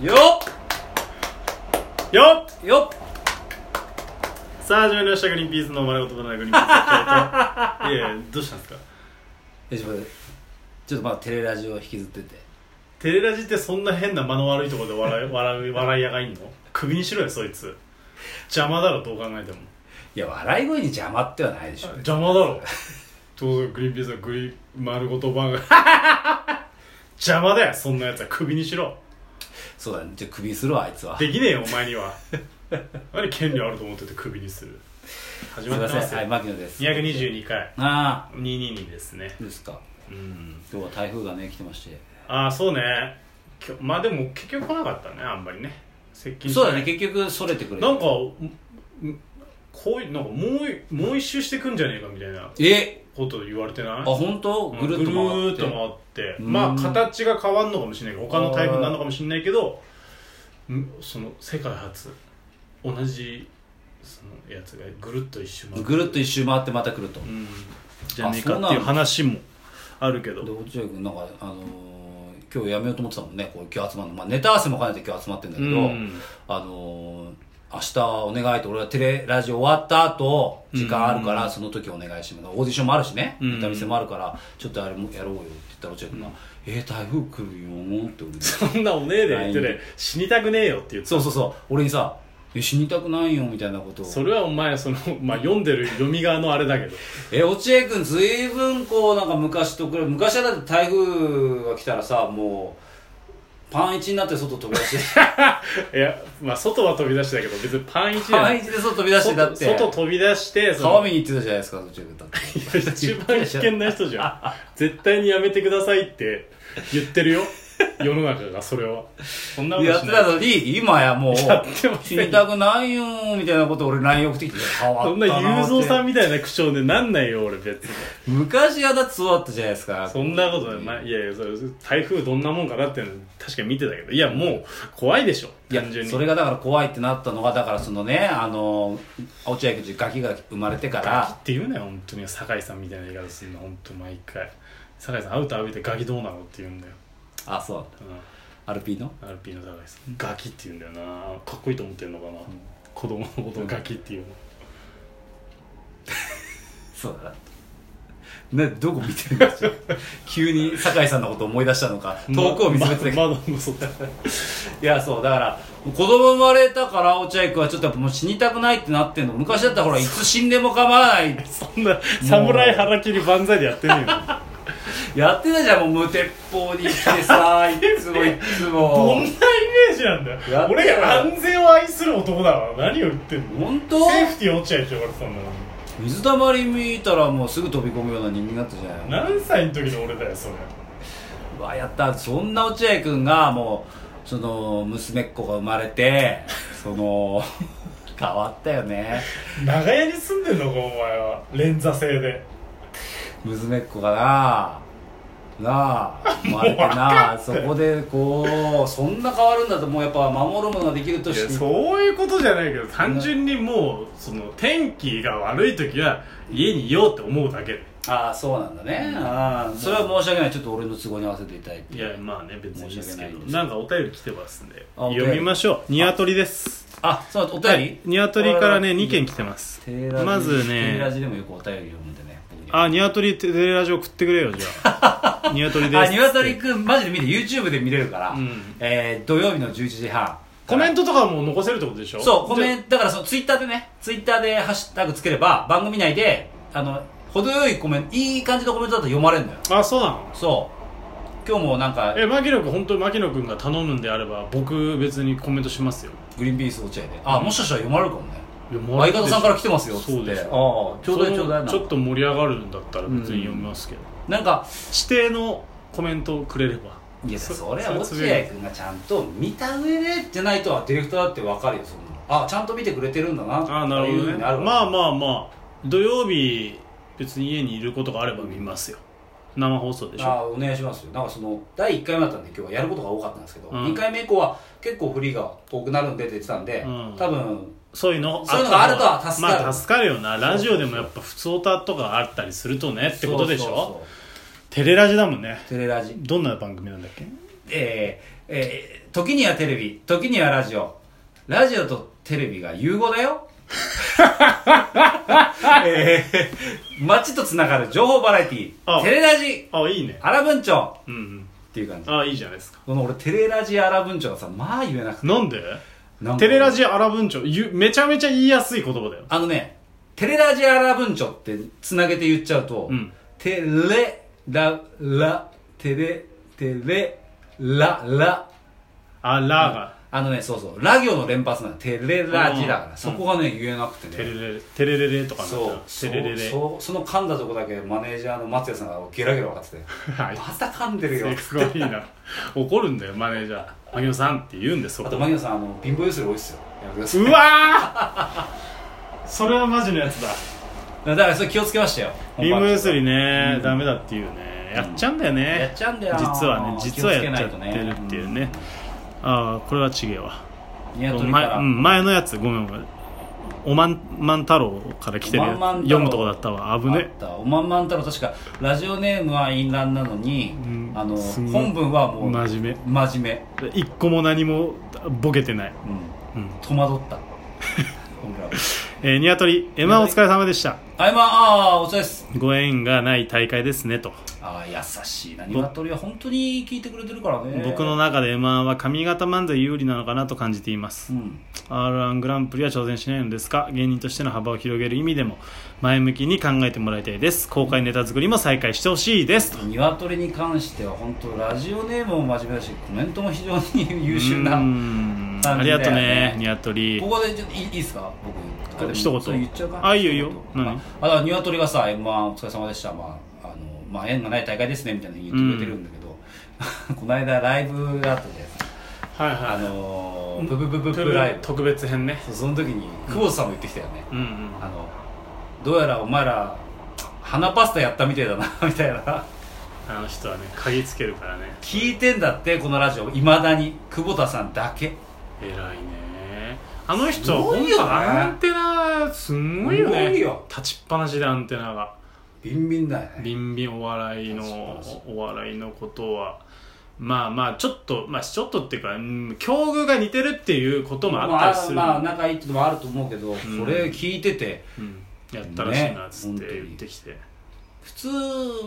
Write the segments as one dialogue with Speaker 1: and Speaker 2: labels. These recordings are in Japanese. Speaker 1: よ
Speaker 2: よっ
Speaker 1: っよっ
Speaker 2: さあ始まりましたグリーンピースの丸ごとバナナグリーンピース のいやいやどうしたんですか
Speaker 1: えちょっと待ってちょっとまあテレラジオを引きずってて
Speaker 2: テレラジってそんな変な間の悪いところで笑い 笑い笑いやがいんのクビにしろよそいつ邪魔だろどう考えても
Speaker 1: いや笑い声に邪魔ってはないでしょ
Speaker 2: 邪魔だろどうぞグリーンピースのグリ丸ごとバナナ 邪魔だよそんなやつはクビにしろ
Speaker 1: そうだねじゃあ首するわあいつは
Speaker 2: できねえよお前には何権利あると思っててクビにする
Speaker 1: す
Speaker 2: 始
Speaker 1: い
Speaker 2: まって
Speaker 1: ま
Speaker 2: ま
Speaker 1: せん
Speaker 2: すよ
Speaker 1: はい牧野です
Speaker 2: 222回
Speaker 1: ああ
Speaker 2: 222ですね
Speaker 1: どうですか
Speaker 2: うん
Speaker 1: 今日は台風がね来てまして
Speaker 2: ああそうねきょまあでも結局来なかったねあんまりね接近し
Speaker 1: そうだね結局それてくれ
Speaker 2: なん
Speaker 1: る
Speaker 2: かんんこういうなんかもういもう一周してくんじゃねえかみたいな
Speaker 1: え
Speaker 2: こと言われてない
Speaker 1: あ本当
Speaker 2: うん
Speaker 1: ぐるっと回っ
Speaker 2: ぐるーっと
Speaker 1: て
Speaker 2: 回って
Speaker 1: うん
Speaker 2: まあ形が変わんのかもしれないけど他の台風になるのかもしれないけどんその世界初同じそのやつがぐるっと一周回って
Speaker 1: ぐるっと一周回ってまた来ると
Speaker 2: うんじゃねえ
Speaker 1: あ
Speaker 2: か
Speaker 1: そう
Speaker 2: っ
Speaker 1: なん
Speaker 2: てい
Speaker 1: だ
Speaker 2: う話もあるけど
Speaker 1: で落合君なんかあのー今日やめようと思ってたもんねこう今日集まるの、まあ、ネタ合わせも兼ねて今日集まってるんだけど、
Speaker 2: うん
Speaker 1: あのー明日お願いって俺はテレラジ終わった後時間あるから、その時お願いしますオーディションもあるしね
Speaker 2: うん
Speaker 1: 見た見せもあるから、ちょっとあれもやろうよって言ったら落合君が「えー、台風来るよー」って俺に
Speaker 2: そんなおねえで言ってね死にたくねえよって言って
Speaker 1: そうそうそう俺にさ「え死にたくないよ」みたいなことを
Speaker 2: それはお前その、まあ、読んでる読み側のあ れだけど
Speaker 1: え落合君ずいぶんこうなんか昔と比べ昔はだって台風が来たらさもうパン一になって外飛び出して
Speaker 2: いや、まあ、外は飛び出してたけど別にパン一じゃ
Speaker 1: パ
Speaker 2: な
Speaker 1: ン
Speaker 2: い
Speaker 1: 一で外飛び出してだって
Speaker 2: 外外飛び出してその
Speaker 1: 川見に行ってたじゃないですか途中でだって
Speaker 2: 一番危険な人じゃん絶対にやめてくださいって言っ てるよ世の中がそれはそんなこと
Speaker 1: やっ
Speaker 2: してない
Speaker 1: たのに今やもう
Speaker 2: やってませ
Speaker 1: 死
Speaker 2: んよ
Speaker 1: にたくないよーみたいなこと俺 LINE 送ってきて変わ
Speaker 2: そ
Speaker 1: っ
Speaker 2: ん
Speaker 1: たな
Speaker 2: な
Speaker 1: ー
Speaker 2: 雄
Speaker 1: って
Speaker 2: 三さんみたいな口調でなんないよ俺別に
Speaker 1: 昔はだってそうだったじゃないですか
Speaker 2: そんなことないいやいやそれ台風どんなもんかなっていうの確かに見てたけどいやもう怖いでしょ
Speaker 1: いや
Speaker 2: 単純に
Speaker 1: それがだから怖いってなったのがだからそのねあの落合君ちガキが生まれてから
Speaker 2: って言うなよ本当に酒井さんみたいな言い方するの本当毎回酒井さん会うと会うてガキどうなのって言うんだよ、
Speaker 1: あそうなんだ
Speaker 2: う
Speaker 1: アルピーの
Speaker 2: ん、RP の酒井さんガキって言うんだよなかっこいいと思ってるのかな、子供のことをガキっていうの、
Speaker 1: そうだなねどこ見てるんです か急に酒井さんのこと思い出したのか遠くを見つめてたけど
Speaker 2: ま窓の外
Speaker 1: いやそうだから子供生まれたから落合君はちょっとやっぱもう死にたくないってなってんの昔だったらほらいつ死んでも構わない
Speaker 2: そんな侍腹切り万歳でやってねえよ
Speaker 1: やってたじゃんもう無鉄砲にしてさいつもいつ
Speaker 2: どん
Speaker 1: も
Speaker 2: なイメージなんだよ
Speaker 1: やってない
Speaker 2: 俺が安全を愛する男だわ何を言ってんの
Speaker 1: 本当
Speaker 2: セーフティー落ちちゃいって言われてたんだか
Speaker 1: 水たまり見たらもうすぐ飛び込むような人間だったじゃん
Speaker 2: ら何歳の時の俺だよそれ
Speaker 1: うわやったそんな落合君がもうその娘っ子が生まれ てその変わったよね
Speaker 2: 長屋に住んでんのかお前は連座制で
Speaker 1: 娘っ子がななあ生まれてなそこでこうそんな変わるんだともうやっぱ守るものができると
Speaker 2: いや
Speaker 1: して
Speaker 2: そういうことじゃないけど単純にもうその天気が悪い時は家にいようって思うだけで
Speaker 1: ああそうなんだね、ああそれは申し訳ないちょっと俺の都合に合わせていただいて
Speaker 2: いやまあね別にいいですけ
Speaker 1: 申し訳ない
Speaker 2: ど
Speaker 1: です
Speaker 2: なんかお便り来てますんで
Speaker 1: あお便り
Speaker 2: 読みましょうニワトリです
Speaker 1: あそうお便り、
Speaker 2: ニワトリから
Speaker 1: あ
Speaker 2: ね
Speaker 1: ら
Speaker 2: 2件来てます
Speaker 1: テレラジ
Speaker 2: まず
Speaker 1: テレラ
Speaker 2: ね
Speaker 1: ジでもよくお便り読むんでね僕には
Speaker 2: あニワトリテレラジオ送ってくれよじゃ あニワトリです
Speaker 1: あニワトリくんマジで見て YouTube で見れるから、
Speaker 2: うん
Speaker 1: えー土曜日の11時半
Speaker 2: コメントとかも残せるってことでしょ
Speaker 1: そう、コメ
Speaker 2: ン
Speaker 1: ント、だからそのツイッターでね、ツイッターでハッシュタグつければ、番組内で、あの、程よいコメント、いい感じのコメントだと読まれるのよ。
Speaker 2: トあそうなの
Speaker 1: そう。今日もなんか、
Speaker 2: え牧野君本当に牧野君が頼むんであれば僕別にコメントしますよ
Speaker 1: グリーンピース落合で、あ、もしかしたら読まれるかもね。
Speaker 2: 相
Speaker 1: 相方さんから来てますよ、つ
Speaker 2: そ
Speaker 1: っ
Speaker 2: う
Speaker 1: て。
Speaker 2: で
Speaker 1: あ
Speaker 2: す
Speaker 1: あ、ちょうだいちょうだいな
Speaker 2: ち。ょっと盛り上がるんだったら別に読みますけど、
Speaker 1: なんか、
Speaker 2: 指定のコメントをくれれば
Speaker 1: いや、
Speaker 2: そ
Speaker 1: それ
Speaker 2: そ
Speaker 1: は
Speaker 2: れ
Speaker 1: 落合
Speaker 2: つぶやいて
Speaker 1: 君がちゃんと見た上でってないとは、ディレクターだってわかるよ、そんなのあ、ちゃんと見てくれてるんだな、
Speaker 2: ああなるほどね
Speaker 1: まあ
Speaker 2: まあまあまあ土曜日別に家にいることがあれば見ますよ生放送でしょ
Speaker 1: あお願いしますよなんかその第1回目だったんで今日はやることが多かったんですけど、
Speaker 2: うん
Speaker 1: 2回目以降は結構フリーが多くなるんでって言ってたんで、
Speaker 2: うん
Speaker 1: 多分
Speaker 2: そういうの
Speaker 1: そういうのがあるとは助かる
Speaker 2: まあ助かるよなラジオでもやっぱ普通歌とかあったりするとねってことでしょ
Speaker 1: そうそうそう
Speaker 2: テレラジだもんね
Speaker 1: テレラジ
Speaker 2: どんな番組なんだっけ
Speaker 1: えーえー時にはテレビ時にはラジオラジオとテレビが融合だ よえー、街とつながる情報バラエティ
Speaker 2: あ
Speaker 1: テレラジ
Speaker 2: あいいね
Speaker 1: アラ文鳥
Speaker 2: うんうん
Speaker 1: っていう感じ
Speaker 2: あいいじゃないですか
Speaker 1: この俺テレラジアラ文鳥がさまあ言えなくて
Speaker 2: なんで
Speaker 1: なんか
Speaker 2: テレラジアラ文鳥ゆめちゃめちゃ言いやすい言葉だよ
Speaker 1: あのねテレラジアラ文鳥ってつなげて言っちゃうと、
Speaker 2: うん
Speaker 1: テレララテレテレララ
Speaker 2: あらが
Speaker 1: あのねそうそうラ行の連発なのテレラジだから、
Speaker 2: うん
Speaker 1: そこがね言えなくてね
Speaker 2: テレレテレレレとかになっ
Speaker 1: そ
Speaker 2: た
Speaker 1: う
Speaker 2: らテレレレ
Speaker 1: そうそうその噛んだとこだけマネージャーの松也さんがゲラゲラ分かってて
Speaker 2: はい
Speaker 1: また噛んでるよ
Speaker 2: すごいな怒るんだよマネージャー「槙野さん」って言うんですそ
Speaker 1: あ
Speaker 2: こと
Speaker 1: 牧野さんあの貧乏ゆすり多いっすよやめてくださいう
Speaker 2: わーそれはマジのやつだ
Speaker 1: だからそれ気をつけましたよ
Speaker 2: リムゆすりね、
Speaker 1: うん
Speaker 2: ダメだっていうねやっちゃうんだよね、
Speaker 1: やっちゃうんだよな
Speaker 2: 実はね実はやっちゃっ
Speaker 1: 気をつけ
Speaker 2: て
Speaker 1: な
Speaker 2: る
Speaker 1: いとね
Speaker 2: っていうねああこれはちげえわ
Speaker 1: ニワトリか
Speaker 2: 前,、
Speaker 1: ら、
Speaker 2: うん、前のやつごめんごめんおまんまん太郎から来てるやつ
Speaker 1: おまんまん太郎
Speaker 2: 読むとこだったわ危
Speaker 1: あ
Speaker 2: ね
Speaker 1: ったおまんまん太郎確かラジオネームは淫乱なのに、
Speaker 2: ん
Speaker 1: あの
Speaker 2: すごい
Speaker 1: 本文はもう
Speaker 2: 真面
Speaker 1: 真面
Speaker 2: 目一個も何もボケてない、
Speaker 1: 目、うん、
Speaker 2: うん
Speaker 1: 戸惑 った僕らは
Speaker 2: えー、ニワトリエマお疲れ様でした
Speaker 1: あ今ああお疲れです
Speaker 2: ご縁がない大会ですねと
Speaker 1: ああ優しいな鶏は本当に聞いてくれてるからね
Speaker 2: 僕の中で M−1 は髪型漫才有利なのかなと感じています
Speaker 1: う、ん
Speaker 2: r 1グランプリは挑戦しないのですが芸人としての幅を広げる意味でも前向きに考えてもらいたいです公開ネタ作りも再開してほしいですと
Speaker 1: 鶏に関しては本当ラジオネームも真面目だしコメントも非常に 優秀な
Speaker 2: うーん
Speaker 1: 感
Speaker 2: あ
Speaker 1: じ
Speaker 2: り
Speaker 1: だよね
Speaker 2: がとうねニワトリ
Speaker 1: ここでちょっといいいですか僕
Speaker 2: 一言
Speaker 1: それ言っちゃうか
Speaker 2: あいいよいいよ
Speaker 1: 一言
Speaker 2: 何
Speaker 1: あだから鶏がさ「m 1お疲れ様でした」まああの「まあ、縁がない大会ですね」みたいなの言ってくれてるんだけど、 この間ライブがあったじゃないですか
Speaker 2: はい
Speaker 1: あ
Speaker 2: は
Speaker 1: のー、ブブブブブライブ
Speaker 2: 特別編ね
Speaker 1: そうその時に久保田さんも言ってきたよね、
Speaker 2: うんうん
Speaker 1: あのどうやらお前ら花パスタやったみたいだな みたいな
Speaker 2: あの人はね鍵つけるからね
Speaker 1: 聞いてんだってこのラジオいまだに久保田さんだけ
Speaker 2: 偉いねあの人
Speaker 1: すごいよね
Speaker 2: 本当アンテナすんごいよ
Speaker 1: すご
Speaker 2: ね
Speaker 1: いよ
Speaker 2: 立ちっぱなしでアンテナが
Speaker 1: ビンビンだよね
Speaker 2: ビンビンお笑いのお笑いのことはまあまあちょっとまあちょっとっていうか、うん境遇が似てるっていうことも
Speaker 1: ま
Speaker 2: あった
Speaker 1: あ
Speaker 2: りする、
Speaker 1: まあ仲いいってのもあると思うけど、
Speaker 2: ん
Speaker 1: これ聞いてて
Speaker 2: うん、やったらしいなっつって言ってきて、
Speaker 1: 普通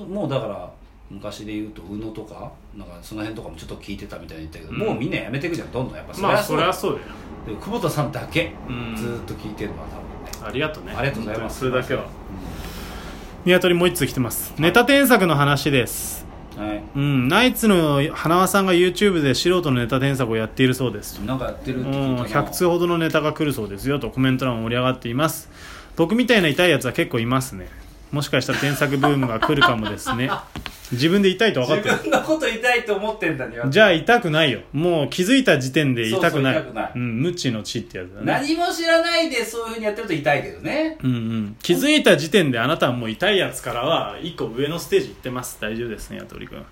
Speaker 1: もうだから昔で言うと宇野とかなんかその辺とかもちょっと聞いてたみたいに言ったけど、
Speaker 2: うん
Speaker 1: もうみんなやめていくじゃんどんどんやっぱ
Speaker 2: まあそ
Speaker 1: そ
Speaker 2: り
Speaker 1: り
Speaker 2: ゃ
Speaker 1: ゃそう
Speaker 2: そうだよ
Speaker 1: で久保田さんだけ、
Speaker 2: うん
Speaker 1: ずーっと聞いてるのは多分ね
Speaker 2: ありがとうね
Speaker 1: ありがとうございます
Speaker 2: 本当にそれだけはニワトリもう一通来てますネタ添削の話です
Speaker 1: はい
Speaker 2: うんナイツの花輪さんが YouTube で素人のネタ添削をやっているそうです
Speaker 1: なんかやってるって
Speaker 2: うん、
Speaker 1: 聞いたな
Speaker 2: 100通ほどのネタが来るそうですよとコメント欄も盛り上がっています僕みたいな痛いやつは結構いますねもしかしたら添削ブームが来るかもですね自分で痛いと分かって
Speaker 1: 自分のこと痛いと思ってんだには
Speaker 2: るじゃあ痛くないよもう気づいた時点で痛くない
Speaker 1: そうそう痛くない
Speaker 2: うん、無知の知ってやつだね
Speaker 1: 何も知らないでそういうふうにやってると痛いけどね
Speaker 2: うんうん、気づいた時点であなたはもう痛いやつからは一個上のステージ行ってます大丈夫ですねやとりくん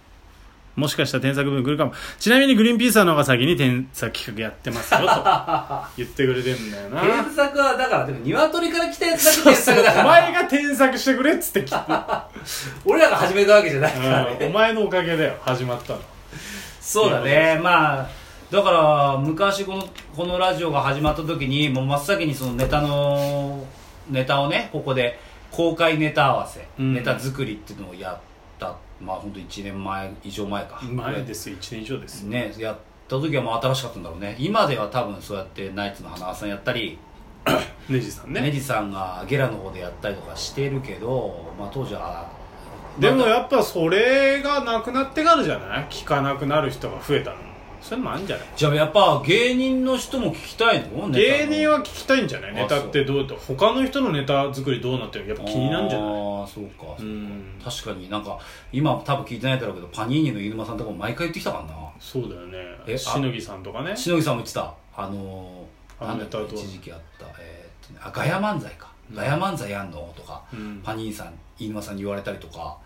Speaker 2: もしかしたら添削分来るかもちなみにグリーンピースさんの方が先に添削企画やってますよと言ってくれてるん だよな
Speaker 1: 原作はだからでも鶏から来たやつだけ
Speaker 2: そ
Speaker 1: 原
Speaker 2: うそ
Speaker 1: 作
Speaker 2: う
Speaker 1: だか
Speaker 2: お
Speaker 1: ら
Speaker 2: 前が添削してくれっつ ってきた、
Speaker 1: 俺らが始めたわけじゃないから
Speaker 2: うんお
Speaker 1: ね
Speaker 2: 前のおかげだよ始まったの
Speaker 1: そうだねまあだから昔このこのラジオが始まった時にもう真っ先にそのネタのネタをねここで公開ネタ合わせ、
Speaker 2: うん
Speaker 1: ネタ作りっていうのをやったまあ本当1年前以上前か
Speaker 2: 前ですよ1年以上ですよ
Speaker 1: ねやった時はもう新しかったんだろうね今では多分そうやってナイツの花輪さんやったり
Speaker 2: ネジさんね
Speaker 1: ネジさんがゲラの方でやったりとかしてるけど、まあ、当時は
Speaker 2: でも
Speaker 1: ま
Speaker 2: やっぱそれがなくなってからじゃない聞かなくなる人が増えたのそれもあるんじゃない
Speaker 1: たじゃあやっぱ芸人の人も聞きたいのネタ
Speaker 2: 芸
Speaker 1: の
Speaker 2: 人は聞きたいんじゃない
Speaker 1: あ
Speaker 2: ネタってどうやって他の人のネタ作りどうなってるのやっぱ気になるんじゃない
Speaker 1: ああそうか
Speaker 2: う
Speaker 1: そうか
Speaker 2: ん
Speaker 1: 確かになんか今多分聞いてないだろうけどパニーニの飯沼さんとかも毎回言ってきたからな
Speaker 2: そうだよ
Speaker 1: え
Speaker 2: ね
Speaker 1: あ
Speaker 2: しのぎさんとかね
Speaker 1: しのぎさんも言ってたあのー、
Speaker 2: あ
Speaker 1: なんだっけ
Speaker 2: ネタとは
Speaker 1: 一時期あったえーっとねあガヤ漫才かガヤ漫才やんのとか、
Speaker 2: うん
Speaker 1: パニーさん飯沼さんに言われたりとか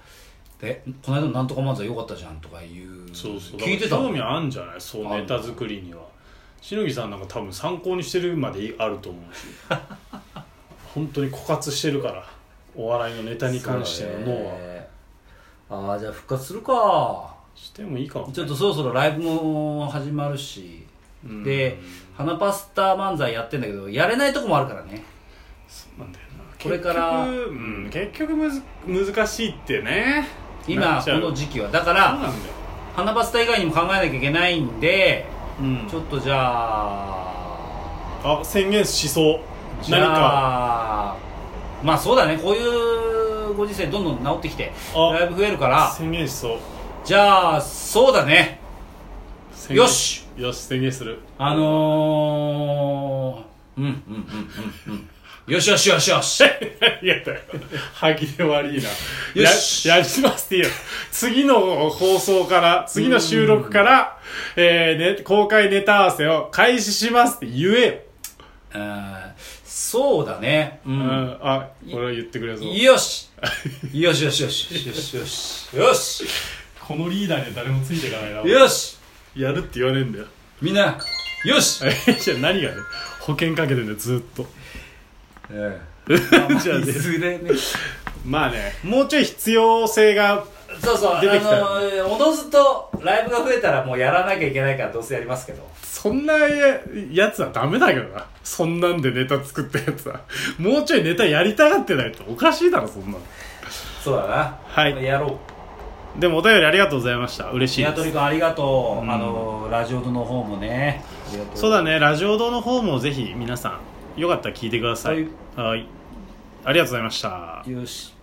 Speaker 1: でこの間のなんとか漫才良かったじゃんとかいう
Speaker 2: そうそう
Speaker 1: 聞いてた
Speaker 2: だから興味
Speaker 1: あ
Speaker 2: あんじゃないそうネタ作りにはしのぎさんなんか多分参考にしてるまで あると思うし本当に枯渇してるからお笑いのネタに関しての脳は、
Speaker 1: ああーじゃあ復活するか
Speaker 2: してもいいかも
Speaker 1: ちょっとそろそろライブも始まるし、
Speaker 2: うん
Speaker 1: で花パスタ漫才やってんだけどやれないとこもあるからね
Speaker 2: そうなんだよな
Speaker 1: これから
Speaker 2: 結局,、うん、結局むず難しいってねな
Speaker 1: 今
Speaker 2: っ
Speaker 1: こ
Speaker 2: ちゃう
Speaker 1: の時期はだか
Speaker 2: そう
Speaker 1: ら
Speaker 2: なんだよ、
Speaker 1: 花パスタ以外にも考えなきゃいけないんで
Speaker 2: うん
Speaker 1: ちょっとじゃあ
Speaker 2: あ宣言しそう
Speaker 1: じ
Speaker 2: 何か
Speaker 1: ゃあまあそうだねこういうご時世どんどん治ってきて
Speaker 2: あ
Speaker 1: ライブ増えるから
Speaker 2: 宣言しそう
Speaker 1: じゃあそうだね
Speaker 2: 宣言
Speaker 1: よし
Speaker 2: よし宣言する
Speaker 1: あのー、うんうんうんうんうんよしよしよしよ し
Speaker 2: いやだよ。歯切れ悪いな。
Speaker 1: よし
Speaker 2: や、やりますって言うよ。次の放送から、次の収録から、えー、ね、公開ネタ合わせを開始しますって言えよ。
Speaker 1: うんそうだねう
Speaker 2: うんん。あ、これは言ってくれそう。
Speaker 1: よしよしよしよしよしよしよし
Speaker 2: このリーダーには誰もついていかないな。
Speaker 1: よし
Speaker 2: やるって言わねえんだよ。
Speaker 1: みんなよし、
Speaker 2: えじゃあ何がね、保険かけてんだよ、ずっと。
Speaker 1: え
Speaker 2: じゃあ
Speaker 1: え、い
Speaker 2: ね、
Speaker 1: ずれね
Speaker 2: まあね、もうちょい必要性が、
Speaker 1: そうそうあ
Speaker 2: 出てきた
Speaker 1: のおのずとライブが増えたらもうやらなきゃいけないからどうせやりますけど
Speaker 2: そんなややつはダメだけどな。そんなんでネタ作ったやつは。もうちょいネタやりたがってないとおかしいだろ、そんなの。
Speaker 1: そうだな
Speaker 2: はい
Speaker 1: やろ
Speaker 2: でもお便りありがとうございました。嬉
Speaker 1: う
Speaker 2: しい
Speaker 1: ニワ
Speaker 2: で
Speaker 1: トリ
Speaker 2: す。
Speaker 1: 君ありがとう、あのラジオの方もねありがと
Speaker 2: そうだね、ラジオ堂の方もぜひ皆さん、よかったら聞いてください。はい。ありがとうございました。
Speaker 1: よし